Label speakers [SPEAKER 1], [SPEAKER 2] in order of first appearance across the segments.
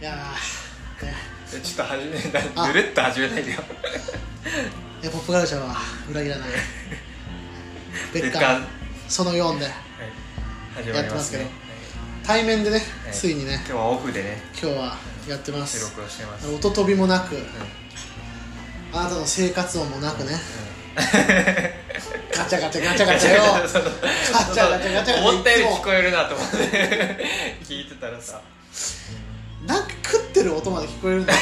[SPEAKER 1] いやーね
[SPEAKER 2] ちょっと始め
[SPEAKER 1] あ
[SPEAKER 2] ぬるっと始めないでよ
[SPEAKER 1] いやポップカルチャーは裏切らないベッカ
[SPEAKER 2] ベッ
[SPEAKER 1] ーその4で
[SPEAKER 2] 始まりますね
[SPEAKER 1] やって対面でね、
[SPEAKER 2] はい
[SPEAKER 1] ついにね
[SPEAKER 2] 今日はオフでね
[SPEAKER 1] 今日はやってま
[SPEAKER 2] 収
[SPEAKER 1] す
[SPEAKER 2] 録をしてます、うん
[SPEAKER 1] 音飛びもなくあなたの生活音もなくねガチャガチャガチャガチャよ
[SPEAKER 2] ガチ
[SPEAKER 1] ガチ
[SPEAKER 2] ャ
[SPEAKER 1] ャガチャガチャガチャ
[SPEAKER 2] 思ったより聞こえるなと思って聞いてたらさ
[SPEAKER 1] なんか食ってる音まで聞こえるんだよ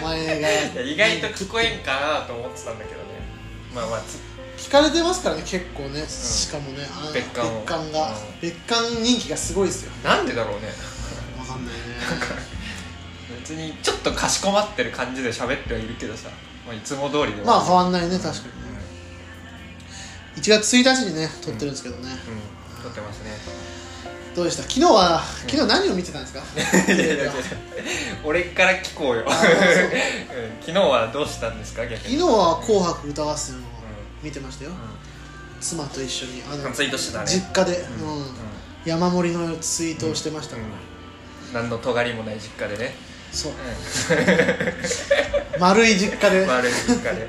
[SPEAKER 1] お前が
[SPEAKER 2] いや意外と聞こえんかなと思ってたんだけどねまあまあつ
[SPEAKER 1] 聞かれてますからね結構ね、しかもねあの
[SPEAKER 2] 別館を
[SPEAKER 1] 別館が、
[SPEAKER 2] うん
[SPEAKER 1] 別館人気がすごいですよ
[SPEAKER 2] なんでだろうね
[SPEAKER 1] わかんないね
[SPEAKER 2] 別にちょっとかしこまってる感じで喋ってはいるけどさ、まあ、いつも通りでは
[SPEAKER 1] まあ変わんないね確かにね1月1日にね撮ってるんですけどね、
[SPEAKER 2] うん撮ってますね
[SPEAKER 1] どうでした昨日は昨日何を見てたんですか、
[SPEAKER 2] いやいやいや 俺から聞こうよ、うん
[SPEAKER 1] あそうそう
[SPEAKER 2] 昨日はどうしたんですか逆
[SPEAKER 1] 昨日
[SPEAKER 2] に
[SPEAKER 1] は「紅白歌合戦」を見てましたよ、妻と一緒にあ
[SPEAKER 2] うんツイートしてたね
[SPEAKER 1] 実家で、
[SPEAKER 2] う
[SPEAKER 1] うんん
[SPEAKER 2] うん
[SPEAKER 1] 山盛りのツイートをしてましたから、
[SPEAKER 2] うん何の尖りもない実家でね、
[SPEAKER 1] そう
[SPEAKER 2] う
[SPEAKER 1] 丸い実家で、
[SPEAKER 2] ん、悪い実家で、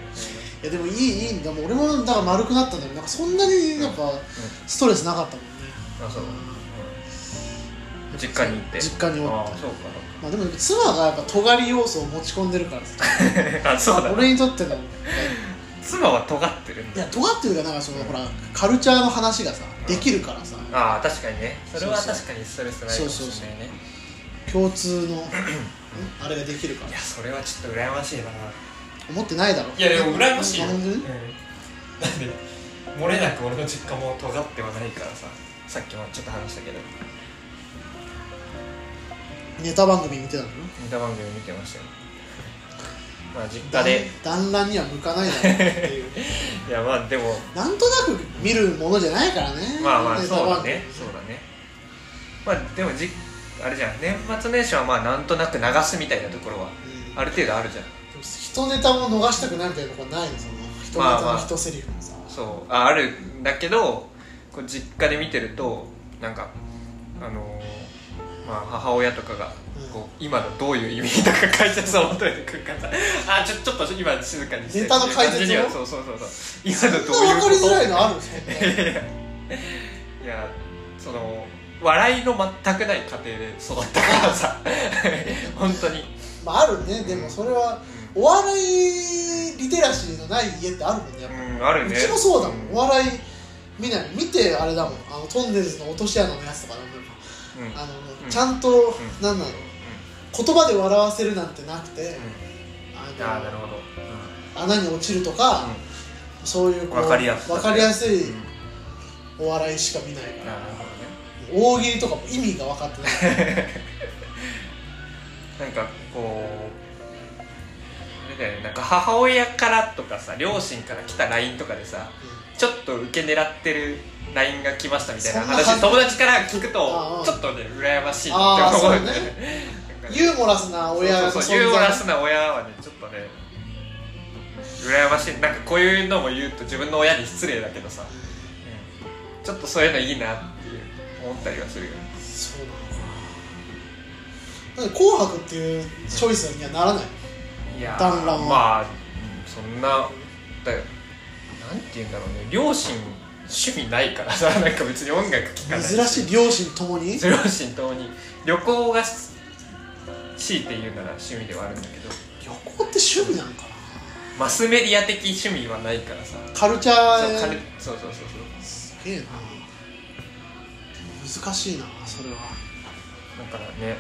[SPEAKER 1] いやでもいいいいんだもう俺もだから丸くなったんだよなんかそんなにやっぱストレスなかったもんね、
[SPEAKER 2] あそう、うん実家に行って
[SPEAKER 1] 実家にお
[SPEAKER 2] あ
[SPEAKER 1] っ
[SPEAKER 2] あ
[SPEAKER 1] て
[SPEAKER 2] そう
[SPEAKER 1] まあでも妻がやっぱ尖り要素を持ち込んでるからさ
[SPEAKER 2] かあ そうだ
[SPEAKER 1] 俺にとって の
[SPEAKER 2] 妻は尖ってるん
[SPEAKER 1] い
[SPEAKER 2] だ
[SPEAKER 1] や尖ってるかなんかそのほらカルチャーの話がさできるからさ
[SPEAKER 2] ああ確かにねそれは
[SPEAKER 1] そうそう
[SPEAKER 2] 確かにストレスないかもしれないね
[SPEAKER 1] 共通 のあれができるか
[SPEAKER 2] い
[SPEAKER 1] ら
[SPEAKER 2] やそれはちょっと羨ましいな
[SPEAKER 1] 思ってないだろ
[SPEAKER 2] いやでも羨ましいよ、
[SPEAKER 1] なんで
[SPEAKER 2] うん、だって漏れなく俺の実家も尖ってはないからささっきもちょっと話したけど
[SPEAKER 1] ネタ番組見てたの
[SPEAKER 2] ネタ番組見てましたよ まあ実家で
[SPEAKER 1] 団らんには向かないだろうって いう
[SPEAKER 2] いやまあでも
[SPEAKER 1] なんとなく見るものじゃないからね
[SPEAKER 2] まあまあ
[SPEAKER 1] ネ
[SPEAKER 2] そ
[SPEAKER 1] タ
[SPEAKER 2] う
[SPEAKER 1] 番
[SPEAKER 2] だ
[SPEAKER 1] 組
[SPEAKER 2] ねそうだねまあでもじあれじゃん年末年始はまあなんとなく流すみたいなところは
[SPEAKER 1] うん
[SPEAKER 2] ある程度あるじゃん
[SPEAKER 1] 人ネタも逃したくないみたいなとこないのその人ネタの人セリフもさ、
[SPEAKER 2] そうああるんだけどこう実家で見てるとなんかあのーまあ、母親とかが
[SPEAKER 1] うん
[SPEAKER 2] こう今のどういう意味とか解説を求めてくるからさあちょちょっと今静かにして
[SPEAKER 1] ネタの解説を
[SPEAKER 2] 感じにはそうそうそうそう今のどう
[SPEAKER 1] そんな分かり
[SPEAKER 2] いうこと
[SPEAKER 1] づらいのあるんですか
[SPEAKER 2] いやい やいやその笑いの全くない家庭で育ったからさ 本当に
[SPEAKER 1] まああるねでもそれはお笑いリテラシーのない家ってあるもんねやっぱ、
[SPEAKER 2] うんあ
[SPEAKER 1] う
[SPEAKER 2] るね
[SPEAKER 1] ちもそうだもん、
[SPEAKER 2] ん
[SPEAKER 1] お笑い見ない見てあれだもんあのトンネルズの落とし穴のやつとかでも
[SPEAKER 2] うん
[SPEAKER 1] あの、
[SPEAKER 2] うん
[SPEAKER 1] ちゃんと、
[SPEAKER 2] ん
[SPEAKER 1] なんだろう言葉で笑わせるなんてなくて、
[SPEAKER 2] うんああなるほど、
[SPEAKER 1] あの穴に落ちるとか、そういうこう
[SPEAKER 2] わかりやすい
[SPEAKER 1] わかりやす
[SPEAKER 2] うん
[SPEAKER 1] い
[SPEAKER 2] うん
[SPEAKER 1] お笑いしか見ないから、
[SPEAKER 2] なるほ
[SPEAKER 1] 大
[SPEAKER 2] どね
[SPEAKER 1] 喜利とかも意味が分かってない
[SPEAKER 2] なんかこうあれだよねなんか母親からとかさ両親から来た LINE とかでさちょっと受け狙ってる LINE が来ましたみたいな
[SPEAKER 1] そ
[SPEAKER 2] 話
[SPEAKER 1] んな
[SPEAKER 2] 友達から聞く
[SPEAKER 1] あ
[SPEAKER 2] と
[SPEAKER 1] あ
[SPEAKER 2] ちょっとね羨ましいな
[SPEAKER 1] ああ
[SPEAKER 2] って
[SPEAKER 1] そ
[SPEAKER 2] 思
[SPEAKER 1] う
[SPEAKER 2] う
[SPEAKER 1] ね
[SPEAKER 2] んだよねなんかね
[SPEAKER 1] ユーモラスな親の
[SPEAKER 2] そ
[SPEAKER 1] 存
[SPEAKER 2] うそう
[SPEAKER 1] 在
[SPEAKER 2] ユーモラスな親はねちょっとね羨ましいなんかこういうのも言うと自分の親に失礼だけどさ、うんちょっとそういうのいいなっていう思ったりはするよね
[SPEAKER 1] そうなのかなだって紅白っていうチョイスにはならない
[SPEAKER 2] いやー
[SPEAKER 1] 団らん
[SPEAKER 2] まあうんそんなだよなんて言うんだろうね両親趣味ないからさなんか別に音楽聴かない
[SPEAKER 1] 珍しい両親ともに
[SPEAKER 2] 両親ともに旅行がし強いて言うなら趣味ではあるんだけど
[SPEAKER 1] 旅行って趣味なのか
[SPEAKER 2] マスメディア的趣味はないからさ
[SPEAKER 1] なカルチャ
[SPEAKER 2] そう
[SPEAKER 1] ー
[SPEAKER 2] 軽そうそうそうそ
[SPEAKER 1] すげえな難しいなそれは
[SPEAKER 2] うだからね、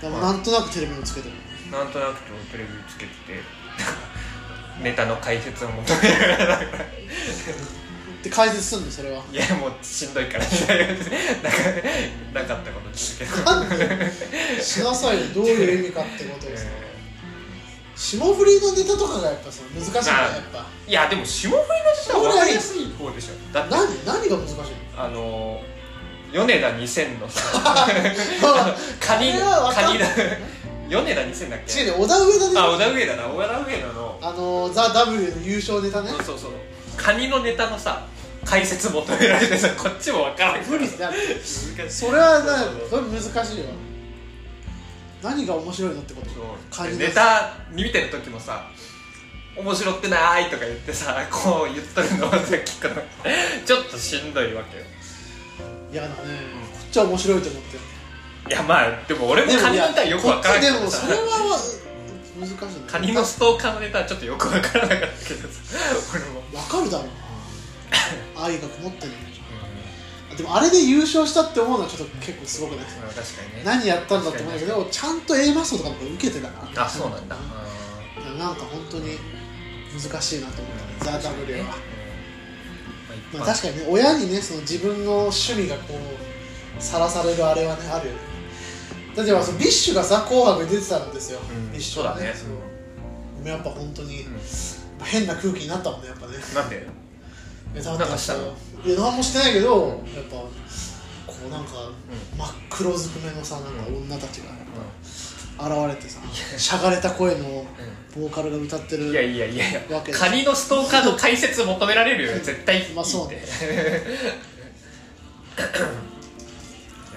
[SPEAKER 1] でもなんとなくテレビをつけてる
[SPEAKER 2] うん、なんとなくとテレビつけてて ネタの解説を求める
[SPEAKER 1] で解説すんのそれはい
[SPEAKER 2] やもうしんどいからなんかなかったことにするけど
[SPEAKER 1] なんでしなさいよどういう意味かってことをさ
[SPEAKER 2] え
[SPEAKER 1] 霜降りのネタとかがやっぱさ難しいんだよやっぱ
[SPEAKER 2] ーいやでも霜降りの人は分かりやすい方でしょだって
[SPEAKER 1] 何何が難 しいの
[SPEAKER 2] あのー米田2000のさ カニ
[SPEAKER 1] それは分か
[SPEAKER 2] カ
[SPEAKER 1] ん
[SPEAKER 2] ニだ 米田2000だっ
[SPEAKER 1] 違う
[SPEAKER 2] け
[SPEAKER 1] ね、小田上田で
[SPEAKER 2] あ小田上田だ小田上田の
[SPEAKER 1] あのー、ザ・ W の優勝ネタね
[SPEAKER 2] そうそうそうカニのネタのさ解説求め られてさこっちも分からん
[SPEAKER 1] 無理だ
[SPEAKER 2] 難しい
[SPEAKER 1] それは
[SPEAKER 2] そう
[SPEAKER 1] な
[SPEAKER 2] そうそう
[SPEAKER 1] それ難しいよ何が面白いのってこと
[SPEAKER 2] そ
[SPEAKER 1] 感
[SPEAKER 2] う
[SPEAKER 1] じ
[SPEAKER 2] ネ
[SPEAKER 1] です
[SPEAKER 2] タ見てる時もさ面白くないとか言ってさこう言っとるのを聞くの ちょっとしんどいわけよ
[SPEAKER 1] 嫌だね、こっちは面白いと思って
[SPEAKER 2] いやまあでも俺もカニのネタよくわからん
[SPEAKER 1] い
[SPEAKER 2] け
[SPEAKER 1] やこっちでもそ
[SPEAKER 2] どさ
[SPEAKER 1] れは難しいね
[SPEAKER 2] カニのストーカーのネタはちょっとよくわからなかったけどさ俺も
[SPEAKER 1] わかるだろうな愛がこもってるんでしょでもあれで優勝したって思うのはちょっと結構すごくない
[SPEAKER 2] まあ確かにね
[SPEAKER 1] 何やったんだって思うんだけどちゃんと A マストとかも受けてたから
[SPEAKER 2] あそうなんだ
[SPEAKER 1] なんか本当に難しいなと思った、ザ・ W は、
[SPEAKER 2] うん
[SPEAKER 1] まあ、確かにね親にねその自分の趣味がこうさらされるあれはねあるよねだってまあそのビッシュがさ「紅白」に出てたんですよ、
[SPEAKER 2] うん
[SPEAKER 1] ビッシ
[SPEAKER 2] そ
[SPEAKER 1] ュ
[SPEAKER 2] う
[SPEAKER 1] が
[SPEAKER 2] だねそう
[SPEAKER 1] でもやっぱ本当に、
[SPEAKER 2] うん
[SPEAKER 1] 変な空気になったもんねやっぱね
[SPEAKER 2] なんで
[SPEAKER 1] 目立
[SPEAKER 2] なんかしたの
[SPEAKER 1] いや何もしてないけどやっぱこうなんか、真っ黒ずくめのさなんか女たちがやっぱ現れてさしゃがれた声のボーカルが歌ってる
[SPEAKER 2] いやいやいやいや
[SPEAKER 1] わけです
[SPEAKER 2] カニのストーカーの解説求めら れるよね絶対いいって、
[SPEAKER 1] まあそうね
[SPEAKER 2] いやま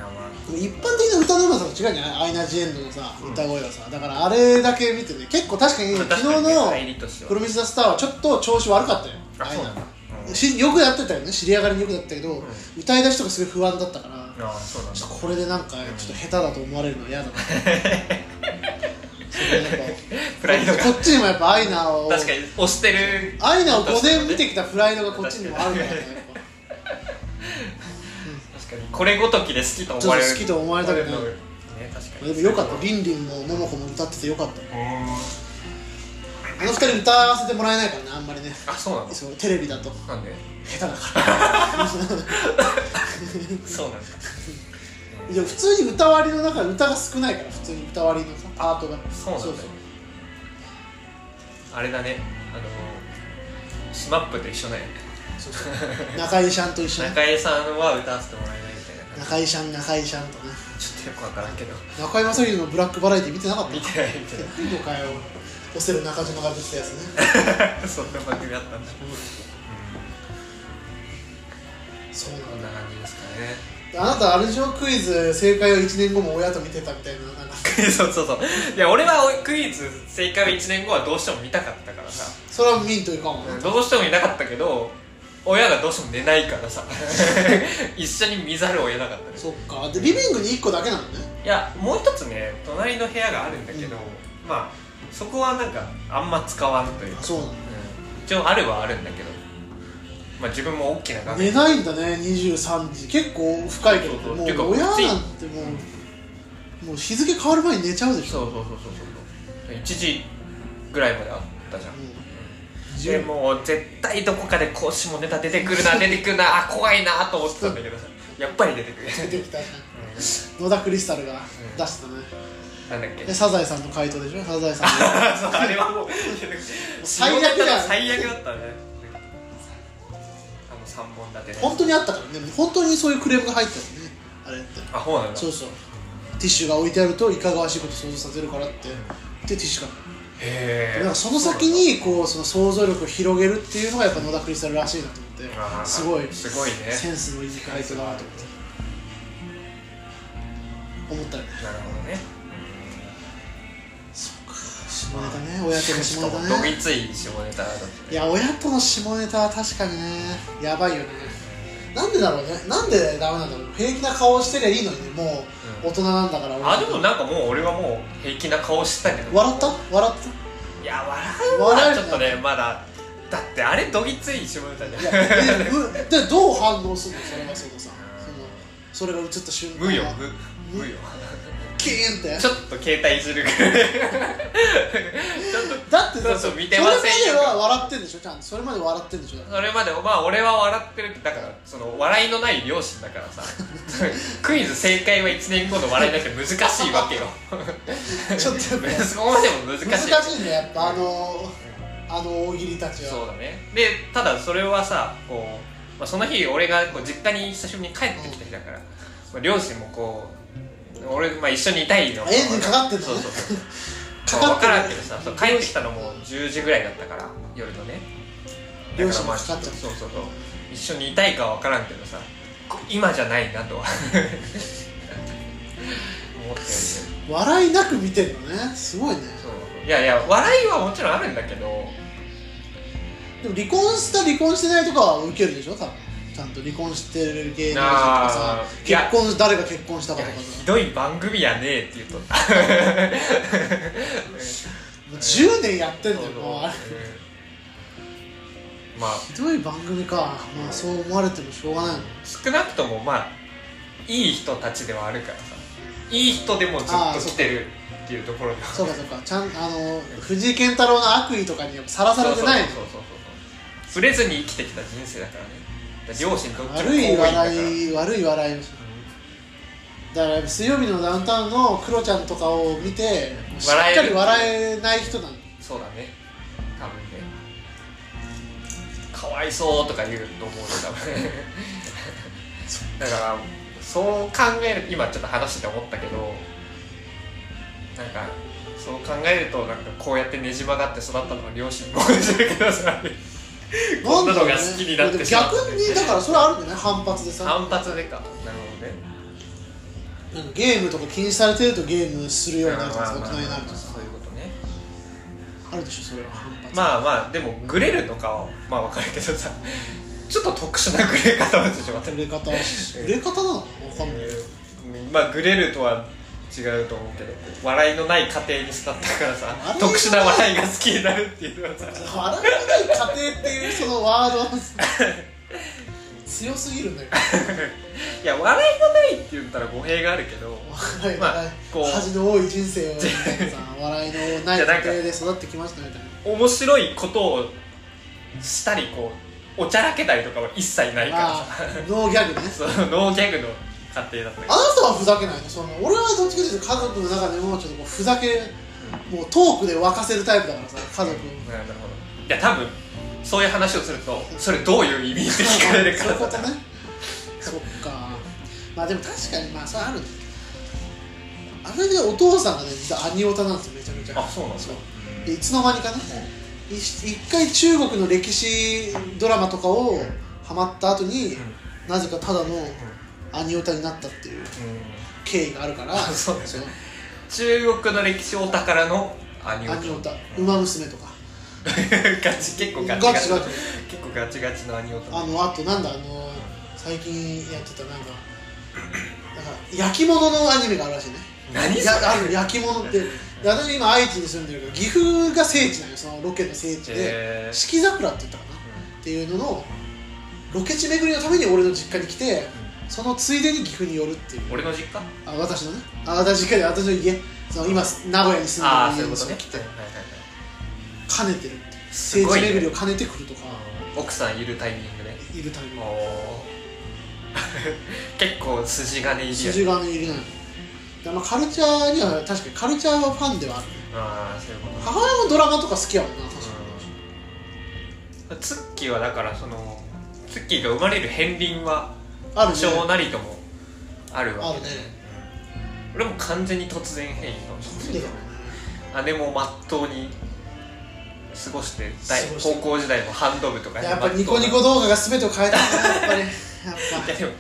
[SPEAKER 2] あ
[SPEAKER 1] 一般的な歌のうまさと違うんじゃないアイナ・ジ・エンドのさ
[SPEAKER 2] うん
[SPEAKER 1] 歌声はさだからあれだけ見てね結構確かに昨
[SPEAKER 2] 確
[SPEAKER 1] 日
[SPEAKER 2] かにね
[SPEAKER 1] の
[SPEAKER 2] 入りとして
[SPEAKER 1] 「
[SPEAKER 2] は
[SPEAKER 1] プロミス・ザ・スター」はちょっと調子悪かったよ
[SPEAKER 2] あそうなんだ
[SPEAKER 1] アイナしよくやってたよね知り上がりによくやってたけど、
[SPEAKER 2] ん
[SPEAKER 1] 歌い出しとかすごい不安だったから、
[SPEAKER 2] ああそうなん
[SPEAKER 1] ち
[SPEAKER 2] だ
[SPEAKER 1] ょっとこれでなんかちょっと下手だと思われるの嫌だなそれやっぱ
[SPEAKER 2] プライドが
[SPEAKER 1] こっちにもやっぱアイナを
[SPEAKER 2] 確かに押してる
[SPEAKER 1] アイナを5年見てきたプライドがこっちにもあるんだよねやっぱ
[SPEAKER 2] 確かにこれごときで好きと思われる
[SPEAKER 1] ちょっと好きと思われたくない
[SPEAKER 2] ね確か
[SPEAKER 1] で
[SPEAKER 2] に
[SPEAKER 1] もよかったりんりんもももこも歌っててよかった
[SPEAKER 2] うん
[SPEAKER 1] あの二人歌わせてもらえないからねあんまりね
[SPEAKER 2] あそうなんだ
[SPEAKER 1] そうテレビだと
[SPEAKER 2] なんで
[SPEAKER 1] 下手だから
[SPEAKER 2] そうなんだ
[SPEAKER 1] いや普通に歌割りの中で歌が少ないから普通に歌割りのさパートが
[SPEAKER 2] そうなんだ
[SPEAKER 1] そうそ
[SPEAKER 2] よ
[SPEAKER 1] う
[SPEAKER 2] あれだねあのスマップと一緒だよね
[SPEAKER 1] そうそう中井さんと一緒に
[SPEAKER 2] 中江さんは歌わせてもらえないみたいな感
[SPEAKER 1] 中井さん中井さんとね
[SPEAKER 2] じちょっとよくわからんけど
[SPEAKER 1] 中井正宏のブラックバラエティ見てなかった
[SPEAKER 2] 見てないみたいな
[SPEAKER 1] のかよオセロ中島が出てたやつね
[SPEAKER 2] そんな 番組あったんだ、
[SPEAKER 1] そうな
[SPEAKER 2] こん
[SPEAKER 1] ん
[SPEAKER 2] な
[SPEAKER 1] だ
[SPEAKER 2] 感じですかね
[SPEAKER 1] あなたあれでしょクイズ正解を1年後も親と見てたみたいななんか
[SPEAKER 2] そうそうそういや俺はクイズ正解を1年後はどうしても見たかったからさ
[SPEAKER 1] それは見んといかんわな
[SPEAKER 2] どうしても見なかったけど親がどうしても寝ないから さ一緒に見ざるを得なかったです
[SPEAKER 1] そっかでリビングに1個だけなのね
[SPEAKER 2] いやもう一つね隣の部屋があるんだけど、まあそこはなんかあんま使わんというか、
[SPEAKER 1] そうな
[SPEAKER 2] うん一応あるはあるんだけどまあ自分も大きな
[SPEAKER 1] の
[SPEAKER 2] 画
[SPEAKER 1] 寝
[SPEAKER 2] 面
[SPEAKER 1] ないんだね23時結構深いけど
[SPEAKER 2] そうそう
[SPEAKER 1] も
[SPEAKER 2] てか
[SPEAKER 1] う親なんてもうもう日付変わる前に寝ちゃうでしょ
[SPEAKER 2] そうそうそうそうそう1時ぐらいまであったじゃん、
[SPEAKER 1] 自
[SPEAKER 2] で
[SPEAKER 1] 由
[SPEAKER 2] もう絶対どこかでこう下ネタ出てくるな出てくるなあ怖いなと思ってたんだけどさやっぱり 出てくる、
[SPEAKER 1] 出てきた
[SPEAKER 2] う
[SPEAKER 1] 野田クリスタルが出したね
[SPEAKER 2] んなんだっけ
[SPEAKER 1] でサザエさんの回答でしょサザエさんの
[SPEAKER 2] あそうあれはもう
[SPEAKER 1] 最悪だよ
[SPEAKER 2] 最悪だったねあの三本立てね
[SPEAKER 1] 本当にあったからね本当にそういうクレームが入ったよねあれって
[SPEAKER 2] あそうなんだ
[SPEAKER 1] そうそうティッシュが置いてあるといかがわしいこと想像させるからってでティッシュが
[SPEAKER 2] へ
[SPEAKER 1] だ
[SPEAKER 2] え
[SPEAKER 1] からその先にこうその想像力を広げるっていうのがやっぱ野田クリスタルらしいなと思っ
[SPEAKER 2] あー
[SPEAKER 1] てすごい
[SPEAKER 2] すごいね
[SPEAKER 1] センスのいい回答だなと思って思ったよね
[SPEAKER 2] なるほどね
[SPEAKER 1] そうか下ネタね親との
[SPEAKER 2] し
[SPEAKER 1] 下
[SPEAKER 2] か
[SPEAKER 1] ネ
[SPEAKER 2] も
[SPEAKER 1] タ
[SPEAKER 2] ど
[SPEAKER 1] ね
[SPEAKER 2] ぎつい下ネタだったね
[SPEAKER 1] いや親との下ネタは確かにねやばいよねなんでだろうねなんでダメなんだろう平気な顔してりゃいいのにねもう
[SPEAKER 2] うん
[SPEAKER 1] 大人なんだから俺
[SPEAKER 2] あでもなんかもう俺はもう平気な顔してたけど
[SPEAKER 1] 笑った笑った
[SPEAKER 2] いや笑うの
[SPEAKER 1] 笑え
[SPEAKER 2] は
[SPEAKER 1] る
[SPEAKER 2] ちょっとねまだだってあれどぎつい下ネタじゃん
[SPEAKER 1] いやえうでどう反応するのそれはそのさそのそれが映った瞬間
[SPEAKER 2] 無よ無無よ
[SPEAKER 1] キーンって
[SPEAKER 2] ちょっと携帯いじるぐらい ちょっと
[SPEAKER 1] だって
[SPEAKER 2] そうそう見てません
[SPEAKER 1] それまで
[SPEAKER 2] よ
[SPEAKER 1] は笑ってんでしょちゃんとそれまで笑ってんでしょだって
[SPEAKER 2] それまでまあ俺は笑ってるってだからその笑いのない両親だから さクイズ正解は1年後の笑いなんて難しいわけよ
[SPEAKER 1] ちょっとやっぱ
[SPEAKER 2] そこまでも難しい
[SPEAKER 1] 難しいねやっぱあのあの大喜利たち
[SPEAKER 2] そう
[SPEAKER 1] は
[SPEAKER 2] だねでただそれはさこう、まあ、その日俺がこう実家に久しぶりに帰ってきた日だから、まあ、両親もこう俺、まあ、一緒にいたいの
[SPEAKER 1] エンジンかかってんのね
[SPEAKER 2] そうそうそう
[SPEAKER 1] か
[SPEAKER 2] ま
[SPEAKER 1] かっ
[SPEAKER 2] あ分か
[SPEAKER 1] て
[SPEAKER 2] ら
[SPEAKER 1] る
[SPEAKER 2] んけどさそう帰ってきたのも10時ぐらいだったから夜のね
[SPEAKER 1] 両親もかかっちゃ
[SPEAKER 2] そううそうそう一緒にいたいかは分からん けどさこ今じゃないなとは思ったよね
[SPEAKER 1] 笑いなく見てるのねすごいね
[SPEAKER 2] そういやいや笑いはもちろんあるんだけど
[SPEAKER 1] でも離婚した離婚してないとかは受けるでしょ多分ちゃんと離婚してる芸能人とかさ
[SPEAKER 2] あーいや
[SPEAKER 1] 結婚誰が結婚した
[SPEAKER 2] い
[SPEAKER 1] かと
[SPEAKER 2] や
[SPEAKER 1] かさ
[SPEAKER 2] ひどい番組やねえって言うとった
[SPEAKER 1] もう10年やってんだよ
[SPEAKER 2] そう
[SPEAKER 1] もうあれ
[SPEAKER 2] うんまあ
[SPEAKER 1] ひどい番組かまあそう思われてもしょうがないの
[SPEAKER 2] 少なくともまあいい人たちではあるからさいい人でもずっと来てるっていうところで
[SPEAKER 1] そうかそうかちゃんあの藤井健太郎の悪意とかにさらされてないの
[SPEAKER 2] そうそうそうそうそうぶれずに生きてきた人生だからねだから両親どっちも
[SPEAKER 1] 悪い
[SPEAKER 2] だから
[SPEAKER 1] 笑い悪い笑いをするだから水曜日のダウンタウンのクロちゃんとかを見てし
[SPEAKER 2] 笑
[SPEAKER 1] っ
[SPEAKER 2] え
[SPEAKER 1] か
[SPEAKER 2] る
[SPEAKER 1] り笑えない人なの
[SPEAKER 2] そうだね多分ねかわいそうとか言うと思うよ多分 だからそう考える今ちょっと話してて思ったけどなんかそう考えるとなんかこうやってねじ曲がって育ったのは両親も同じだけどさこんなのが好きになってしま
[SPEAKER 1] 逆
[SPEAKER 2] う
[SPEAKER 1] にだからそれあるんだよね反発でさな
[SPEAKER 2] 反発でかなるほど
[SPEAKER 1] ん
[SPEAKER 2] ね
[SPEAKER 1] かゲームとか禁止されてるとゲームするようになるとかさ大人になるとさ
[SPEAKER 2] そういうことね
[SPEAKER 1] あるでしょそれは反発
[SPEAKER 2] まあまあでもグレるとかはまあわかるけどさちょっと特殊なグレ方をしてしまった
[SPEAKER 1] 売れ方売れ方なのわかんない
[SPEAKER 2] うんまあグレるとは違うと思うけど笑いのない家庭に育ったから
[SPEAKER 1] あ
[SPEAKER 2] さ
[SPEAKER 1] れ
[SPEAKER 2] 特殊な笑いが好きになるっていうのはさ
[SPEAKER 1] 笑えない家庭っていうそのワードは 強すぎるんだよ
[SPEAKER 2] いや笑いがないって言ったら語弊があるけど
[SPEAKER 1] 笑い
[SPEAKER 2] まあこう
[SPEAKER 1] 恥の多い人生をみたいなさ笑いのない家庭で育ってきましたみたいな
[SPEAKER 2] 面白いことをしたりこうおちゃらけたりとかは一切ないから
[SPEAKER 1] あ
[SPEAKER 2] さ
[SPEAKER 1] あノーギャグね
[SPEAKER 2] そのノーギャグの家庭だったけ
[SPEAKER 1] あ
[SPEAKER 2] ど
[SPEAKER 1] なたはふざけないのその俺はどっちかというと家族の中でもちょっとこうふざけもうトークで沸かせるタイプだからさ家族を
[SPEAKER 2] なるほどいや多分そういう話をするとそれどういう意味って聞かれるか
[SPEAKER 1] そう
[SPEAKER 2] ら
[SPEAKER 1] いうことね
[SPEAKER 2] さ
[SPEAKER 1] そっかまあでも確かにまあそれあるねあれでお父さんがね実は兄オタなんですよめちゃめちゃ
[SPEAKER 2] あそうなんですか
[SPEAKER 1] でいつの間にかねい一回中国の歴史ドラマとかをハマった後に、なぜかただの兄オタになったっていう
[SPEAKER 2] うん
[SPEAKER 1] 経緯があるから
[SPEAKER 2] あ そうですね中国の歴史お宝のアニオタ
[SPEAKER 1] 兄オタ「ウマ娘」とか
[SPEAKER 2] ガチ結構ガチガチ
[SPEAKER 1] ガチガチ
[SPEAKER 2] 結構ガチガチのアニオタ
[SPEAKER 1] あのあとなんだあの最近やってたなんかなんか焼き物のアニメがあるらしいね
[SPEAKER 2] 何そ
[SPEAKER 1] や
[SPEAKER 2] れ
[SPEAKER 1] ある焼き物ってで私今愛知に住んでるけど岐阜が聖地なんよそのロケの聖地
[SPEAKER 2] へ
[SPEAKER 1] で
[SPEAKER 2] ー
[SPEAKER 1] 四季桜って言ったかなっていうののロケ地巡りのために俺の実家に来てそのついでに岐阜に寄るっていう
[SPEAKER 2] 俺の実家
[SPEAKER 1] あ私のねあ私の実家で私の家その今名古屋に住
[SPEAKER 2] ああ
[SPEAKER 1] ん
[SPEAKER 2] ー
[SPEAKER 1] で
[SPEAKER 2] そう
[SPEAKER 1] る
[SPEAKER 2] いう
[SPEAKER 1] 家
[SPEAKER 2] こ
[SPEAKER 1] に来て
[SPEAKER 2] とねはいはいはい
[SPEAKER 1] 兼ねてるっていう
[SPEAKER 2] す
[SPEAKER 1] 聖
[SPEAKER 2] ご
[SPEAKER 1] 地
[SPEAKER 2] いね
[SPEAKER 1] 巡りを兼ねてくるとか
[SPEAKER 2] 奥さんいるタイミングで
[SPEAKER 1] いるタイミング
[SPEAKER 2] おー 結構筋金入りやね
[SPEAKER 1] 筋金入りなのだからまあカルチャーには確かにカルチャーはファンではある
[SPEAKER 2] ああそういうこと
[SPEAKER 1] 母親もドラマとか好きやもんな確か
[SPEAKER 2] うんツッキーはだからそのツッキーが生まれる片鱗は
[SPEAKER 1] あるね
[SPEAKER 2] しょうなりともあるわけで
[SPEAKER 1] あるね
[SPEAKER 2] うん俺も完全に突然変異かもし
[SPEAKER 1] に
[SPEAKER 2] れ
[SPEAKER 1] で
[SPEAKER 2] な
[SPEAKER 1] だ
[SPEAKER 2] い
[SPEAKER 1] ろうね
[SPEAKER 2] 姉もまっとうに過ごして大
[SPEAKER 1] 過ごして
[SPEAKER 2] 高校時代もハンド部とか
[SPEAKER 1] やっぱニコニコ動画が全てを変えたんだなやっぱりやっ
[SPEAKER 2] いやでも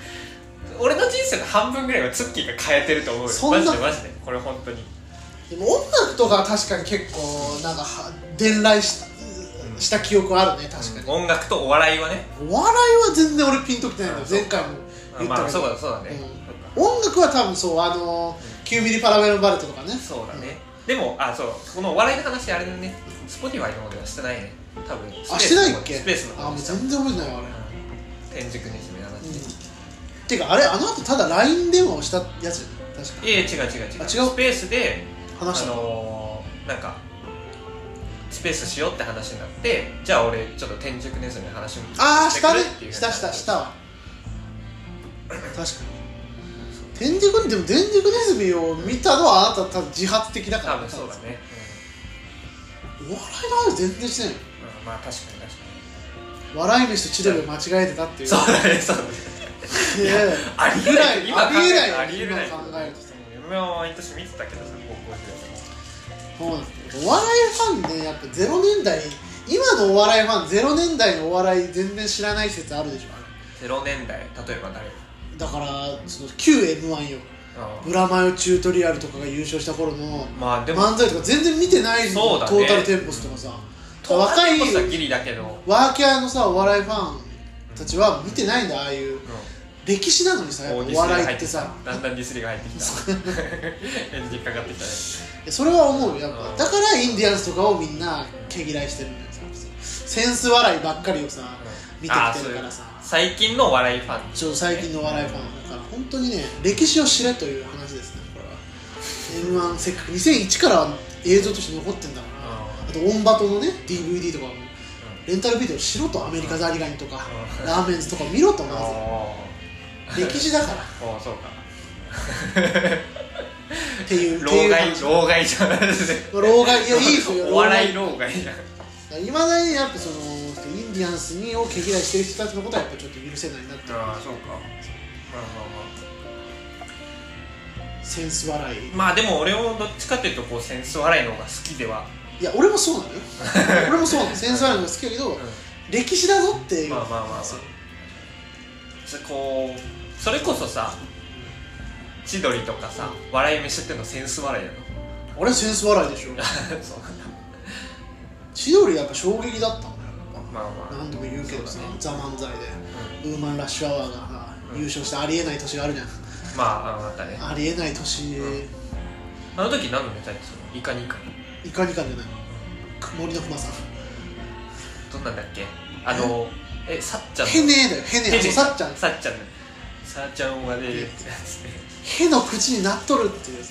[SPEAKER 2] 俺の人生の半分ぐらいはツッキーが変えてると思うよ
[SPEAKER 1] そんな
[SPEAKER 2] マジでマジでこれ本当に
[SPEAKER 1] ぱでも音楽とかは確かに結構なんかは伝来しした記憶はあるね確かに、
[SPEAKER 2] 音楽とお笑いはね
[SPEAKER 1] お笑いは全然俺ピンときてないの
[SPEAKER 2] あそう
[SPEAKER 1] 前回も
[SPEAKER 2] あ
[SPEAKER 1] 言ったけど、
[SPEAKER 2] まあそうだそうだね、そっか
[SPEAKER 1] うん音楽は多分そうあの9ミリパラメルバルトとかね
[SPEAKER 2] そうだね、でもあそうこのお笑いの話あれだね Spotify の方ではしてないね多分
[SPEAKER 1] あしてないっけ
[SPEAKER 2] スペースの
[SPEAKER 1] あ
[SPEAKER 2] 方
[SPEAKER 1] もう
[SPEAKER 2] でしたうん
[SPEAKER 1] 全然覚えてないわあれ、
[SPEAKER 2] 天竺の姫の話ね、
[SPEAKER 1] うんてかあれあの後ただ LINE 電話をしたやつよね確か
[SPEAKER 2] いやいや違う違う違う
[SPEAKER 1] あ違う
[SPEAKER 2] スペースであ
[SPEAKER 1] 話したの
[SPEAKER 2] のー、なんかスペースしようって話になってじゃあ俺ちょっと天竺ネズミの話も
[SPEAKER 1] ああ
[SPEAKER 2] し
[SPEAKER 1] して
[SPEAKER 2] く
[SPEAKER 1] た
[SPEAKER 2] れ
[SPEAKER 1] ね
[SPEAKER 2] っていう
[SPEAKER 1] したしたしたわ確かに
[SPEAKER 2] そう
[SPEAKER 1] 天竺にでも天竺ネズミを見たのはあなた多分自発的だから
[SPEAKER 2] 多分そうだね、
[SPEAKER 1] お笑いの話全然してない
[SPEAKER 2] うんうんまあ確かに確か
[SPEAKER 1] の笑い飯と千鳥を間違えてたってい
[SPEAKER 2] に
[SPEAKER 1] う
[SPEAKER 2] そうだねそうだね
[SPEAKER 1] いやいや
[SPEAKER 2] ありえない
[SPEAKER 1] ありえない
[SPEAKER 2] ありえない
[SPEAKER 1] 今考えるとさ
[SPEAKER 2] 夢は毎年見てたけどさ高校時代とか
[SPEAKER 1] そうなんですよお笑いファンねやっぱゼロ年代今のお笑いファンゼロ年代のお笑い全然知ら ない説あるでしょあれ
[SPEAKER 2] ゼロ年代例えば誰
[SPEAKER 1] だからその旧 m 1よ
[SPEAKER 2] あー
[SPEAKER 1] 裏マヨチュートリアルとかが優勝した頃の
[SPEAKER 2] まあでも
[SPEAKER 1] 漫才とか全然見てないの
[SPEAKER 2] そうだね
[SPEAKER 1] トータルテンポスとかさ若い
[SPEAKER 2] トータルテンポスはギリだけど、うん
[SPEAKER 1] ワーキャーのさお笑いファンたちは見てないんだああいう歴史なのにさやっ
[SPEAKER 2] 大
[SPEAKER 1] ぱ
[SPEAKER 2] ディス
[SPEAKER 1] お
[SPEAKER 2] りが入
[SPEAKER 1] 笑いってさ
[SPEAKER 2] きただんだんディスりが入って きたエンジンかかってきたね
[SPEAKER 1] いやそれは思うやっ
[SPEAKER 2] う
[SPEAKER 1] ぱ
[SPEAKER 2] ん
[SPEAKER 1] だからインディアンスとかをみんな毛嫌いしてるんだよさセンス笑いばっかりをさ見て
[SPEAKER 2] あー
[SPEAKER 1] きて
[SPEAKER 2] そう
[SPEAKER 1] る
[SPEAKER 2] い
[SPEAKER 1] か
[SPEAKER 2] う
[SPEAKER 1] らさ
[SPEAKER 2] 最近のお笑いファン
[SPEAKER 1] ちょっと最近のお笑いファンだから本当にね歴史を知れという話ですねこれは m 1せっかく2001から映像として残ってんだからあとオンバトのね DVD とかもレンタルビデオしろとアメリカザリガニとか
[SPEAKER 2] うん
[SPEAKER 1] ラーメンズとか見ろと
[SPEAKER 2] うん
[SPEAKER 1] ま
[SPEAKER 2] あ
[SPEAKER 1] ず歴史だからっ
[SPEAKER 2] ーあーそうか
[SPEAKER 1] ていう
[SPEAKER 2] 老
[SPEAKER 1] っていう
[SPEAKER 2] 害
[SPEAKER 1] 話ま
[SPEAKER 2] 老害じゃない
[SPEAKER 1] あ老害いやいいですよ
[SPEAKER 2] お笑い老害じゃん
[SPEAKER 1] いまだにやっぱそのインディアンスにを毛嫌いしてる人たちのことはやっぱちょっと許せないなって
[SPEAKER 2] ああそうかまあ
[SPEAKER 1] センス笑い
[SPEAKER 2] まあまあまあでも俺もどっちかっていうとこうセンス笑いの方が好きでは、
[SPEAKER 1] いや俺もそうな のよ俺もそうなのセンス笑いの方が好きだけど歴史だぞっていう
[SPEAKER 2] まあまあまあまあ
[SPEAKER 1] そう
[SPEAKER 2] そこうそれこそさ千鳥とかさ笑い飯っていうのセンス笑いやろ
[SPEAKER 1] 俺センス笑いでしょ
[SPEAKER 2] そう
[SPEAKER 1] 千鳥やっぱ衝撃だったんだよやっぱ
[SPEAKER 2] まあまあ
[SPEAKER 1] 何度も言うけどさ
[SPEAKER 2] そうだね
[SPEAKER 1] 「ザ・漫才」
[SPEAKER 2] う
[SPEAKER 1] でウーマンラッシュアワーがさ
[SPEAKER 2] うん
[SPEAKER 1] 優勝したありえない年があるじゃん
[SPEAKER 2] まああのあったね
[SPEAKER 1] ありえない年
[SPEAKER 2] うんあの時何のネタやってたのイカにイカ
[SPEAKER 1] いかにかじゃない森の熊さん
[SPEAKER 2] どんなんだっけあのえさっちゃんの
[SPEAKER 1] へねえだよへねえあ
[SPEAKER 2] ヘ
[SPEAKER 1] そうさ
[SPEAKER 2] ネ
[SPEAKER 1] っちゃん
[SPEAKER 2] さっちゃんのさっちゃんはね やつね
[SPEAKER 1] への口になっとるっていう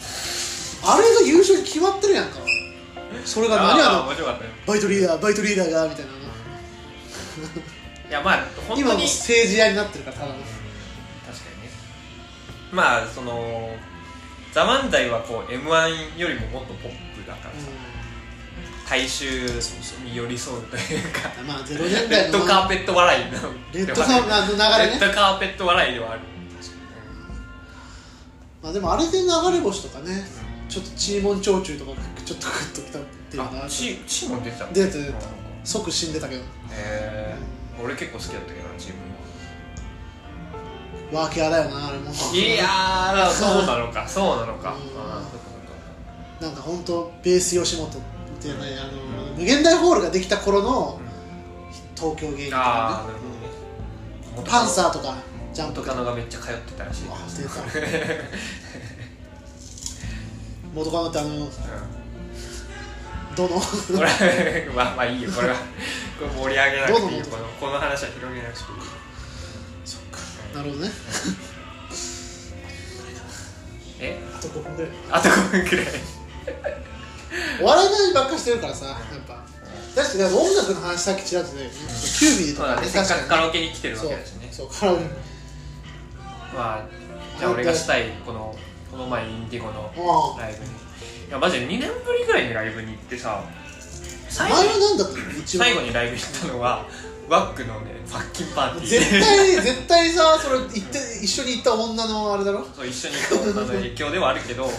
[SPEAKER 1] あれが優勝に決まってるやんかそれが何
[SPEAKER 2] あ
[SPEAKER 1] あ
[SPEAKER 2] あ
[SPEAKER 1] の
[SPEAKER 2] 面白かったよ
[SPEAKER 1] バイトリーダーバイトリーダーがみたいなあ
[SPEAKER 2] いやまあ
[SPEAKER 1] の
[SPEAKER 2] 本
[SPEAKER 1] 今
[SPEAKER 2] 当
[SPEAKER 1] もう
[SPEAKER 2] に
[SPEAKER 1] 政治家になってるからただの
[SPEAKER 2] 確かにねまあその「ザ・漫才はこう m 1よりももっとポップだからさ、大衆に寄り添うというか
[SPEAKER 1] うんまあ0年
[SPEAKER 2] レ
[SPEAKER 1] 代
[SPEAKER 2] ッ
[SPEAKER 1] の
[SPEAKER 2] ドカーペット笑いな
[SPEAKER 1] レッドカーペットの流れね
[SPEAKER 2] レッドカーペット笑いではある
[SPEAKER 1] まあでもあれで流れ星とかねちょっとチーモンチョウチュウとかちょっとグッときたっていうのが
[SPEAKER 2] あチチーム出てたの
[SPEAKER 1] 出てた
[SPEAKER 2] へ
[SPEAKER 1] 即死んでたけど
[SPEAKER 2] え俺結構好きだったけどなチーム
[SPEAKER 1] ワーキャーだよなあれも
[SPEAKER 2] いやーそうなのかそうなのか
[SPEAKER 1] うん
[SPEAKER 2] あーそうかそうか
[SPEAKER 1] なんか本当ベース吉本っていうねあの、無限大ホールができた頃の東京芸人と
[SPEAKER 2] あ
[SPEAKER 1] か
[SPEAKER 2] あなるほどね
[SPEAKER 1] ねパンサーとかジャンプ
[SPEAKER 2] 元
[SPEAKER 1] とか
[SPEAKER 2] カノがめっちゃ通ってたらしい
[SPEAKER 1] あ出た元カノってあのどの
[SPEAKER 2] これまあまあいいよこ れはこれ盛り上げなくていいよ
[SPEAKER 1] どうぞ
[SPEAKER 2] このこの話は広げなくていいよ
[SPEAKER 1] そっかなるほどね
[SPEAKER 2] え
[SPEAKER 1] あと5分ぐらい
[SPEAKER 2] あと5分くらい
[SPEAKER 1] お笑いの話ばっかしてるからさやっぱだしだから音楽の話さっきちらっとねキュービーと
[SPEAKER 2] そうだ
[SPEAKER 1] か
[SPEAKER 2] ね
[SPEAKER 1] ね
[SPEAKER 2] せっかく
[SPEAKER 1] 確
[SPEAKER 2] カ
[SPEAKER 1] か
[SPEAKER 2] ラオケに来て
[SPEAKER 1] に
[SPEAKER 2] るわ
[SPEAKER 1] そう
[SPEAKER 2] けだしね
[SPEAKER 1] そうカラオケ
[SPEAKER 2] まあじゃあ俺がしたいこのこの前インディゴの
[SPEAKER 1] あ
[SPEAKER 2] ライブにいやマジで2年ぶりぐらいにライブに行ってさ
[SPEAKER 1] あ
[SPEAKER 2] 最
[SPEAKER 1] 前
[SPEAKER 2] 後
[SPEAKER 1] は
[SPEAKER 2] に
[SPEAKER 1] 何だったの一番
[SPEAKER 2] 最後にライブ行ったのはワックのねファッキンパーティー
[SPEAKER 1] 絶対絶対さそれ行って一緒に行った女のあれだろ
[SPEAKER 2] そう一緒に行った女の影響ではあるけど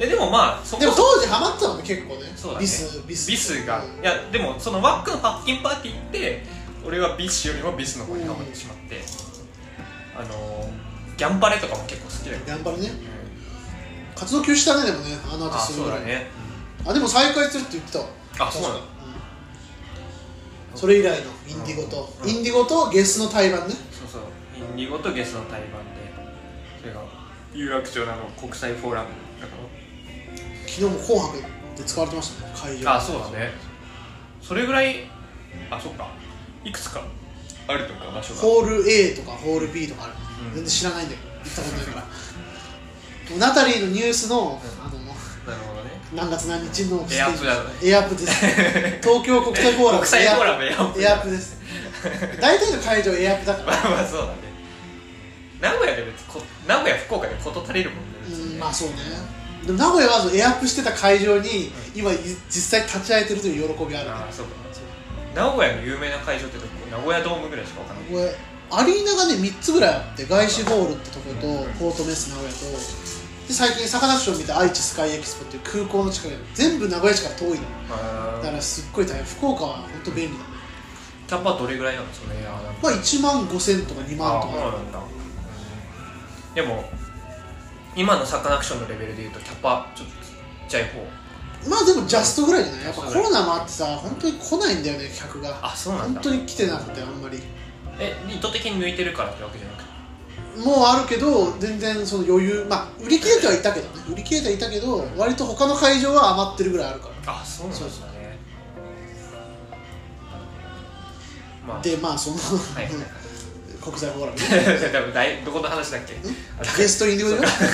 [SPEAKER 2] えでもまあそこ
[SPEAKER 1] でも当時ハマってたのね結構ね
[SPEAKER 2] そうだね
[SPEAKER 1] ビスビス
[SPEAKER 2] ビスが
[SPEAKER 1] うん
[SPEAKER 2] いやでもそのワックのパッキンパーティーって俺はビッシュよりもビスの方にハマってしまってあのーギャンバレとかも結構好きだよ、
[SPEAKER 1] 頑張るね活動休止したねでもねあの後
[SPEAKER 2] あ
[SPEAKER 1] す
[SPEAKER 2] そ
[SPEAKER 1] ぐぐ
[SPEAKER 2] う
[SPEAKER 1] ら
[SPEAKER 2] だ
[SPEAKER 1] い
[SPEAKER 2] ね
[SPEAKER 1] あでも再開するって言ってたわ
[SPEAKER 2] あそうなの
[SPEAKER 1] 確かうんそれ以来のインディゴと、
[SPEAKER 2] うん
[SPEAKER 1] インディゴとゲスの対バンね
[SPEAKER 2] そうそうインディゴとゲスの対バンでそれが有楽町のあの国際フォーラムだか
[SPEAKER 1] 昨日も「紅白」で使われてましたね会場
[SPEAKER 2] らあそうだねそれぐらいあそっかいくつかあるとか場所が
[SPEAKER 1] ホール A とかホール B とかある、
[SPEAKER 2] うん
[SPEAKER 1] 全然知らないんだけど行ったことないからでもナタリーのニュースの,、あの
[SPEAKER 2] なるほどね
[SPEAKER 1] 何月何日の
[SPEAKER 2] エアップだね
[SPEAKER 1] エアップです 東京国際フォーラム
[SPEAKER 2] 国際フォーラムエアップ
[SPEAKER 1] エアップです大体の会場エアップだから
[SPEAKER 2] まあまあそうだね名古屋で別にこ名古屋福岡で事足りるもんね別
[SPEAKER 1] う
[SPEAKER 2] に
[SPEAKER 1] ん
[SPEAKER 2] ね
[SPEAKER 1] まあそうねでも名古屋はエアップしてた会場に今い実際立ち会えてるという喜びあるね
[SPEAKER 2] ああそうか名古屋の有名な会場ってどこ名古屋ドームぐらいしかわかんない
[SPEAKER 1] これアリーナがね3つぐらいあって外資ホールってとこと
[SPEAKER 2] うん
[SPEAKER 1] ポートメッセ名古屋とで最近サカナクション見た愛知スカイエキスポっていう空港の近くで全部名古屋市から遠いのだか
[SPEAKER 2] あ
[SPEAKER 1] らすっごい大変福岡は本当便利だね
[SPEAKER 2] キャパどれぐらいなんですかねあなんか
[SPEAKER 1] まあ1万5000とか2万
[SPEAKER 2] あ
[SPEAKER 1] と
[SPEAKER 2] そう
[SPEAKER 1] か
[SPEAKER 2] なんだでも今のサカナクションのレベルでいうとキャパちょっとちっちゃい方
[SPEAKER 1] まあでもジャストぐらいじゃないやっぱコロナもあってさ本当に来ないんだよね客が
[SPEAKER 2] あそうなん
[SPEAKER 1] 本
[SPEAKER 2] だ
[SPEAKER 1] 当に来てなくてあんまり
[SPEAKER 2] え意図的に抜いてるからってわけじゃなくて
[SPEAKER 1] もうあるけど全然その余裕まあ売り切れてはいたけどね売り切れてはいたけど割と他の会場は余ってるぐらいあるから
[SPEAKER 2] あそうなん
[SPEAKER 1] そ
[SPEAKER 2] だ
[SPEAKER 1] う
[SPEAKER 2] ね
[SPEAKER 1] そ
[SPEAKER 2] まあ
[SPEAKER 1] でまあその
[SPEAKER 2] はいはい
[SPEAKER 1] 国際フォーラム
[SPEAKER 2] はい 多分だいどこの話だっけ
[SPEAKER 1] ゲストインディゴ
[SPEAKER 2] そう
[SPEAKER 1] で
[SPEAKER 2] なんか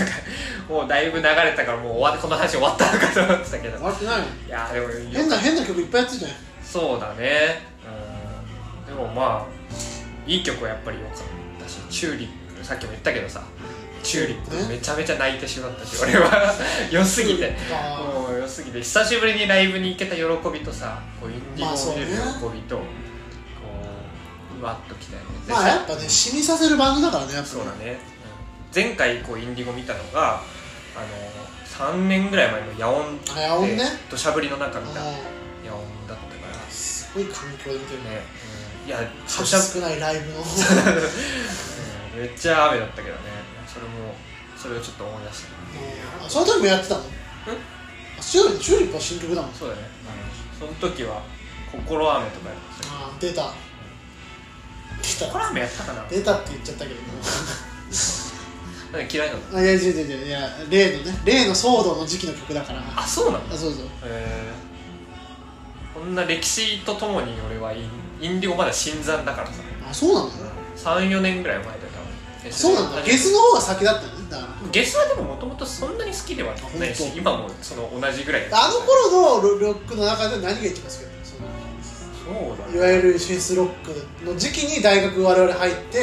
[SPEAKER 2] もうだいぶ流れたからもう終わこの話終わったのかと思ってたけど
[SPEAKER 1] 終わってないの
[SPEAKER 2] いやでもよ
[SPEAKER 1] 変な変な曲いっぱいやってたじゃん
[SPEAKER 2] そうだねうんでもまあいい曲はやっぱり良かったしチューリップさっきも言ったけどさチューリップめちゃめちゃ泣いてしまったし俺は 良すぎて
[SPEAKER 1] あ
[SPEAKER 2] もう良すぎて久しぶりにライブに行けた喜びとさこうインディ
[SPEAKER 1] まあ
[SPEAKER 2] ゴ
[SPEAKER 1] そう
[SPEAKER 2] を見
[SPEAKER 1] ね
[SPEAKER 2] れる喜びと、こううわっときたよね
[SPEAKER 1] ー
[SPEAKER 2] で
[SPEAKER 1] まあやっぱね染みさせるバンドだからねやっぱ
[SPEAKER 2] そうだね、前回こうインディゴ見たのがあの3年ぐらい前のヤオン
[SPEAKER 1] あやおんね
[SPEAKER 2] 土砂降りの中見たヤ
[SPEAKER 1] う
[SPEAKER 2] オンだったから
[SPEAKER 1] んすごい環境で見てるね
[SPEAKER 2] ね、いや土砂、
[SPEAKER 1] 数少ないライブの
[SPEAKER 2] うんめっちゃ雨だったけどねそれもそれをちょっと思い出した
[SPEAKER 1] あその時もやってたのあチューリチューリップは新曲だもん
[SPEAKER 2] そうだね、その時は心雨とかやってた
[SPEAKER 1] あー出た出た
[SPEAKER 2] 心雨やったかな
[SPEAKER 1] 出たって言っちゃったけども
[SPEAKER 2] なんか嫌いなの
[SPEAKER 1] あいや違う違う違ういや例のね例の騒動の時期の曲だからあ
[SPEAKER 2] あそうなの
[SPEAKER 1] そうそう
[SPEAKER 2] へーこんな歴史とともに俺はインインディゴまだ新参だからさ
[SPEAKER 1] あそうなの
[SPEAKER 2] 34年ぐらい前だよ多分
[SPEAKER 1] そうなんだゲスの方が先だったよねだから
[SPEAKER 2] ゲスはでももともとそんなに好きではないし
[SPEAKER 1] あ本当
[SPEAKER 2] 今もその同じぐらい
[SPEAKER 1] あの頃のロロックの中で何が一番好きだったの
[SPEAKER 2] そうだ
[SPEAKER 1] その
[SPEAKER 2] ね
[SPEAKER 1] いわゆるシェスロックの時期に大学我々入って、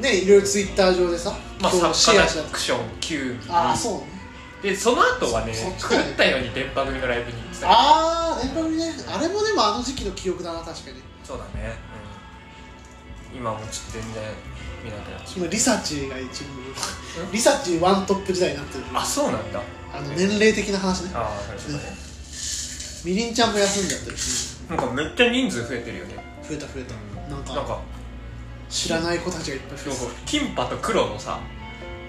[SPEAKER 1] ねいろいろツイッター上でさ、
[SPEAKER 2] まあ
[SPEAKER 1] こ
[SPEAKER 2] サ
[SPEAKER 1] う
[SPEAKER 2] ッ
[SPEAKER 1] シ
[SPEAKER 2] カ
[SPEAKER 1] ェ
[SPEAKER 2] ー
[SPEAKER 1] アし
[SPEAKER 2] ア
[SPEAKER 1] た
[SPEAKER 2] クション球技
[SPEAKER 1] ああそうね
[SPEAKER 2] でその後はね
[SPEAKER 1] そそっち
[SPEAKER 2] 作
[SPEAKER 1] か
[SPEAKER 2] ったように電波組のライブに行ってたよ
[SPEAKER 1] ああ年配ねあれもでもあの時期の記憶だな確かに
[SPEAKER 2] そうだね、うん、今もちょっと全然見なくなっちゃ
[SPEAKER 1] 今リサチが一部リサチワントップ時代になってる
[SPEAKER 2] うあそうなんだ
[SPEAKER 1] あの年齢的な話ね
[SPEAKER 2] ああなるほどね
[SPEAKER 1] みりんちゃんも休んじゃってるし
[SPEAKER 2] なんかめっちゃ人数増えてるよね
[SPEAKER 1] 増えた増えた、なん
[SPEAKER 2] なん
[SPEAKER 1] か
[SPEAKER 2] か
[SPEAKER 1] 知らない子たちがいっぱい増
[SPEAKER 2] そ
[SPEAKER 1] え
[SPEAKER 2] うそう金髪と黒のさ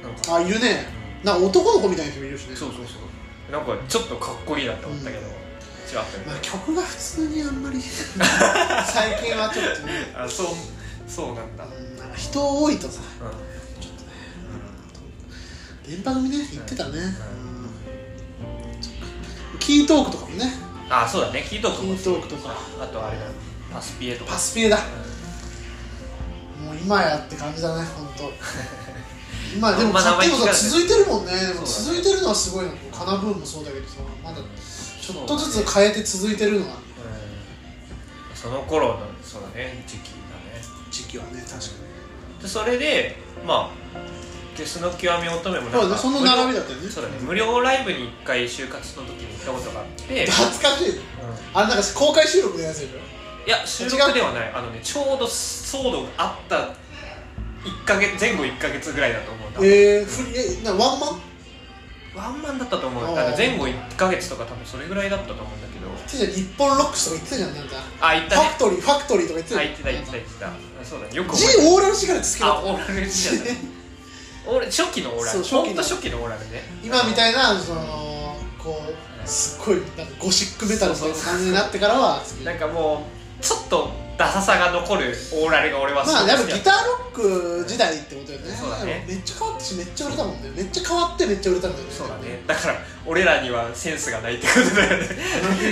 [SPEAKER 2] なん
[SPEAKER 1] た
[SPEAKER 2] か
[SPEAKER 1] あいるねなんか男の子みたいな人もいるしね
[SPEAKER 2] そうそうそうなんかちょっとかっこいいなって思ったけど、
[SPEAKER 1] うん
[SPEAKER 2] 違ったみ
[SPEAKER 1] ま
[SPEAKER 2] た
[SPEAKER 1] あ、
[SPEAKER 2] い
[SPEAKER 1] 曲が普通にあんま り最近はちょっとね、
[SPEAKER 2] なあそうそうなんだうん
[SPEAKER 1] うんなんか人多いとさちょっとね電波組ね行ってたね、うんそっかキートークとかもね
[SPEAKER 2] あそうだねキートーク
[SPEAKER 1] キ
[SPEAKER 2] も
[SPEAKER 1] ートークとか
[SPEAKER 2] あとあれだパスピエとか
[SPEAKER 1] パスピエだ
[SPEAKER 2] うん
[SPEAKER 1] もう今やって感じだね本 当今でも
[SPEAKER 2] まあ
[SPEAKER 1] 買っても
[SPEAKER 2] 名前聞か
[SPEAKER 1] さ
[SPEAKER 2] れて
[SPEAKER 1] 続
[SPEAKER 2] る
[SPEAKER 1] いてるもんねでも
[SPEAKER 2] そ
[SPEAKER 1] 続
[SPEAKER 2] うだね
[SPEAKER 1] いてるのはすごいなカナブーンもそうだけどさまだちょっとずつ変えて続いてるのは
[SPEAKER 2] うんその頃のそうだね時期だね
[SPEAKER 1] 時期はね確か
[SPEAKER 2] でそれでまあゲスの極み乙女も
[SPEAKER 1] に
[SPEAKER 2] な
[SPEAKER 1] そ
[SPEAKER 2] ん
[SPEAKER 1] う
[SPEAKER 2] か
[SPEAKER 1] だねその並びだったよね
[SPEAKER 2] 無料そうだね無料ライブに1回就活の時に行ったことがあって、
[SPEAKER 1] 懐かしい
[SPEAKER 2] うん
[SPEAKER 1] あれなんか公開収録のやつでしょ
[SPEAKER 2] いや収録ではないあのねちょうど騒動があった1ヶ月前後1ヶ月ぐらいだと思うんだ、
[SPEAKER 1] えー、フリーえなワンマン
[SPEAKER 2] ワンマンだったと思う
[SPEAKER 1] あー
[SPEAKER 2] なんか前後1ヶ月とか多分それぐらいだったと思うんだけど
[SPEAKER 1] じゃ日本ロックスとか言ってたじゃんなんか
[SPEAKER 2] あ行っ
[SPEAKER 1] フ
[SPEAKER 2] たね
[SPEAKER 1] ァクトリーファクトリーとか言ってた
[SPEAKER 2] あ
[SPEAKER 1] じゃ
[SPEAKER 2] 行ってた行
[SPEAKER 1] ん
[SPEAKER 2] ってた行ってたあそうだねよく覚えてる
[SPEAKER 1] G オーラルシガレット好きだ
[SPEAKER 2] あ
[SPEAKER 1] っ
[SPEAKER 2] オーラルじゃないオーラル 初期のオーラル
[SPEAKER 1] そう初
[SPEAKER 2] ほん
[SPEAKER 1] 期
[SPEAKER 2] と
[SPEAKER 1] の
[SPEAKER 2] 初期のオーラルね
[SPEAKER 1] た今みたいなそのこうすっごいなんかゴシックメタルみたいな感じになってからは好き
[SPEAKER 2] なんかもうちょっとダサさが残るオーラルが俺は
[SPEAKER 1] まあやっぱギ
[SPEAKER 2] 好き
[SPEAKER 1] タ
[SPEAKER 2] だ
[SPEAKER 1] ーロック時代ってことよね
[SPEAKER 2] そうだね
[SPEAKER 1] めっちゃ変わったしめっちゃ売れたもんねめっちゃ変わってめっちゃ売れたんだよね
[SPEAKER 2] そうだねだから俺らにはセンスがないってことだよ ね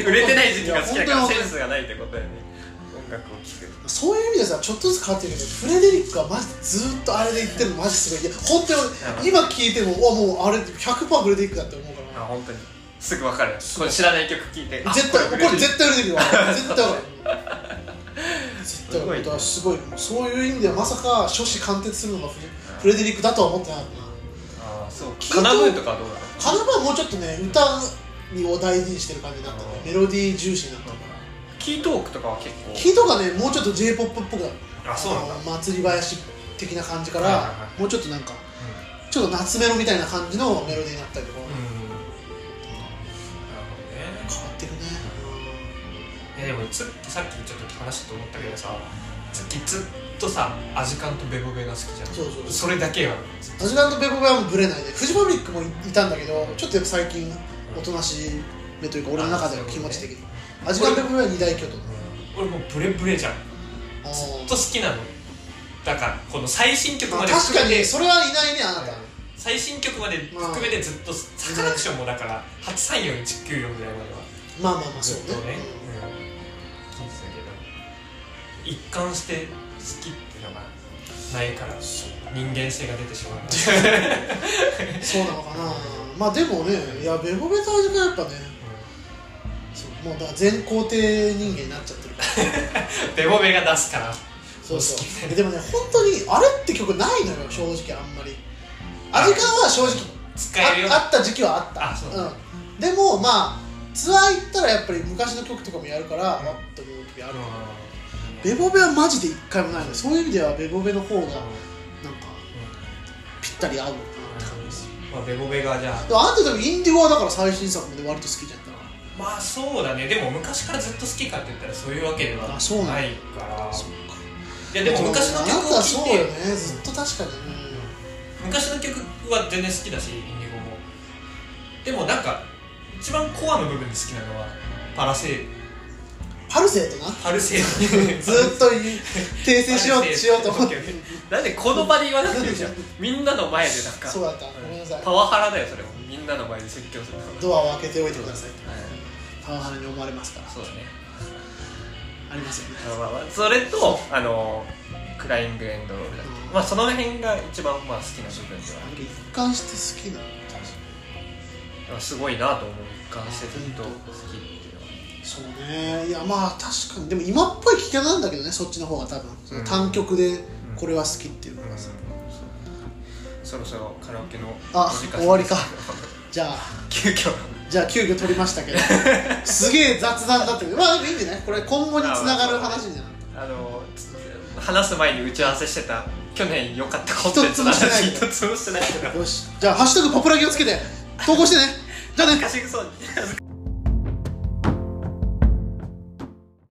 [SPEAKER 2] 売れてない時期が好きだか
[SPEAKER 1] いや
[SPEAKER 2] ら
[SPEAKER 1] 本当
[SPEAKER 2] セ
[SPEAKER 1] に
[SPEAKER 2] ンスがないってことだよね音楽を聴く
[SPEAKER 1] そういう意味でさちょっとずつ変わってるけどフレデリックはマジずーっとあれで言ってるのマジすごいいや本当に今聞いてもおもうあれ100%フレデリックだって思うから
[SPEAKER 2] あ本当にすぐ分かるこれ知らない曲聴いてあ
[SPEAKER 1] 絶対これ
[SPEAKER 2] 売てる
[SPEAKER 1] 絶対売れてくるわ絶対売れ絶対売れたすごいそういう意味ではまさか初子貫徹するのがフレフレデリックだとは思ってなかったな
[SPEAKER 2] あそう
[SPEAKER 1] 聞いて
[SPEAKER 2] カナブーとかはどうだろう
[SPEAKER 1] カナバはもうちょっとね歌にを大事にしてる感じになったね
[SPEAKER 2] あー
[SPEAKER 1] メロディー重視になったから
[SPEAKER 2] キートークとかは結構
[SPEAKER 1] キーとかねもうちょっと j p o p っぽくなった
[SPEAKER 2] あそうなんだ
[SPEAKER 1] あの祭り林的な感じか
[SPEAKER 2] はいはい
[SPEAKER 1] ら
[SPEAKER 2] は
[SPEAKER 1] もうちょっとなんかちょっと夏メロみたいな感じのメロディーになったりとか
[SPEAKER 2] うん
[SPEAKER 1] 変
[SPEAKER 2] う
[SPEAKER 1] わ
[SPEAKER 2] んなるほどね
[SPEAKER 1] ってるね
[SPEAKER 2] いやでもつさっきちょっと話したと思ったけどさ
[SPEAKER 3] ずっきずっとさアジカンとベボベが好きじゃん
[SPEAKER 1] そうそう
[SPEAKER 3] それだけはずっと
[SPEAKER 1] アジカンとベボベはブレないでフジファブリックもいいたんだけどちょっとやっぱ最近おとなしめというか俺の中では気持ち的にアジカンとベボベは二大巨頭
[SPEAKER 3] 俺もうブレブレじゃん
[SPEAKER 1] あ
[SPEAKER 3] ず
[SPEAKER 1] ー
[SPEAKER 3] っと好きなのだからこの最新曲ま
[SPEAKER 1] あ
[SPEAKER 3] で
[SPEAKER 1] 確か
[SPEAKER 3] 含め
[SPEAKER 1] に
[SPEAKER 3] て
[SPEAKER 1] それはいないねあなた
[SPEAKER 3] 最新曲まで含めてずっとサカナクションもだから834194ぐらいまでは
[SPEAKER 1] まあまあまあ
[SPEAKER 3] ず
[SPEAKER 1] そ
[SPEAKER 3] っと
[SPEAKER 1] う
[SPEAKER 3] ね聞い
[SPEAKER 1] ね
[SPEAKER 3] てたけど一貫して好きっていうのがないから人間性が出てし まう
[SPEAKER 1] うんそうなのかなまあでもねいやベボベとアジカンやっぱねそうもうだから全肯定人間になっちゃってるから
[SPEAKER 3] ベボベが出すから
[SPEAKER 1] そうそうでもね本当にあれって曲ないのよ正直あんまりアジカンは正直
[SPEAKER 3] 使えるような
[SPEAKER 1] ああった時期はあった
[SPEAKER 3] あそう
[SPEAKER 1] うん、でもまあツアー行ったらやっぱり昔の曲とかもやるからわっと思う時あるベボベはマジで一回もないのでそういう意味ではベボベの方がなんかぴったり合うかなって感じです
[SPEAKER 3] まあ、ベボベがじゃあ
[SPEAKER 1] でもあんたでもインディゴはだから最新作まで割と好きじゃんだから
[SPEAKER 3] まあそうだねでも昔からずっと好きかって言ったらそういうわけでは
[SPEAKER 1] あそうなんだ
[SPEAKER 3] ないから
[SPEAKER 1] そっか
[SPEAKER 3] いやでも昔の
[SPEAKER 1] あなたは
[SPEAKER 3] 曲を聴
[SPEAKER 1] そう
[SPEAKER 3] いて
[SPEAKER 1] よねずっと確かに
[SPEAKER 3] 昔の曲は全然好きだしインディゴもでもなんか一番コアの部分で好きなのはパラセ
[SPEAKER 1] パルセイトな
[SPEAKER 3] パルセー
[SPEAKER 1] ずっと言い訂正しようしようと思って
[SPEAKER 2] なんでこの場で言わなくていいじゃんみんなの前でなんか
[SPEAKER 1] そうだったごめんなさい
[SPEAKER 2] パワハラだよそれもみんなの前で説教するの
[SPEAKER 1] ドアを開けておいてください
[SPEAKER 2] はい
[SPEAKER 1] パワハラに思われますから
[SPEAKER 2] そうだね
[SPEAKER 1] ありますよね
[SPEAKER 2] まあまあまあそれとあのクライングエンドロールだっけ、まあその辺が一番まあ好きな部分ではあ
[SPEAKER 1] な
[SPEAKER 2] る
[SPEAKER 1] んか一貫して好きな
[SPEAKER 2] まあすごいなと思う一貫してずっと好きっていうのは
[SPEAKER 1] そうねいやまあ確かにでも今っぽい聞き方なんだけどねそっちの方が多分、その単曲でこれは好きっていうのがさ、
[SPEAKER 2] そろそろカラオケの
[SPEAKER 1] あ
[SPEAKER 2] お時間です
[SPEAKER 1] 終わりかじゃあ
[SPEAKER 2] 急遽
[SPEAKER 1] じゃあ急遽取りましたけどすげえ雑談だったけどまあでもいいんじゃないこれ今後につながる話じゃな
[SPEAKER 2] あのつ話す前に打ち合わせしてた去年良かったコンテンツの話
[SPEAKER 1] 一
[SPEAKER 2] 一つもしてないけど
[SPEAKER 1] よしじゃあ「ハッシュタグポプラギ」をつけて投稿してねじゃあね
[SPEAKER 2] 昔そうに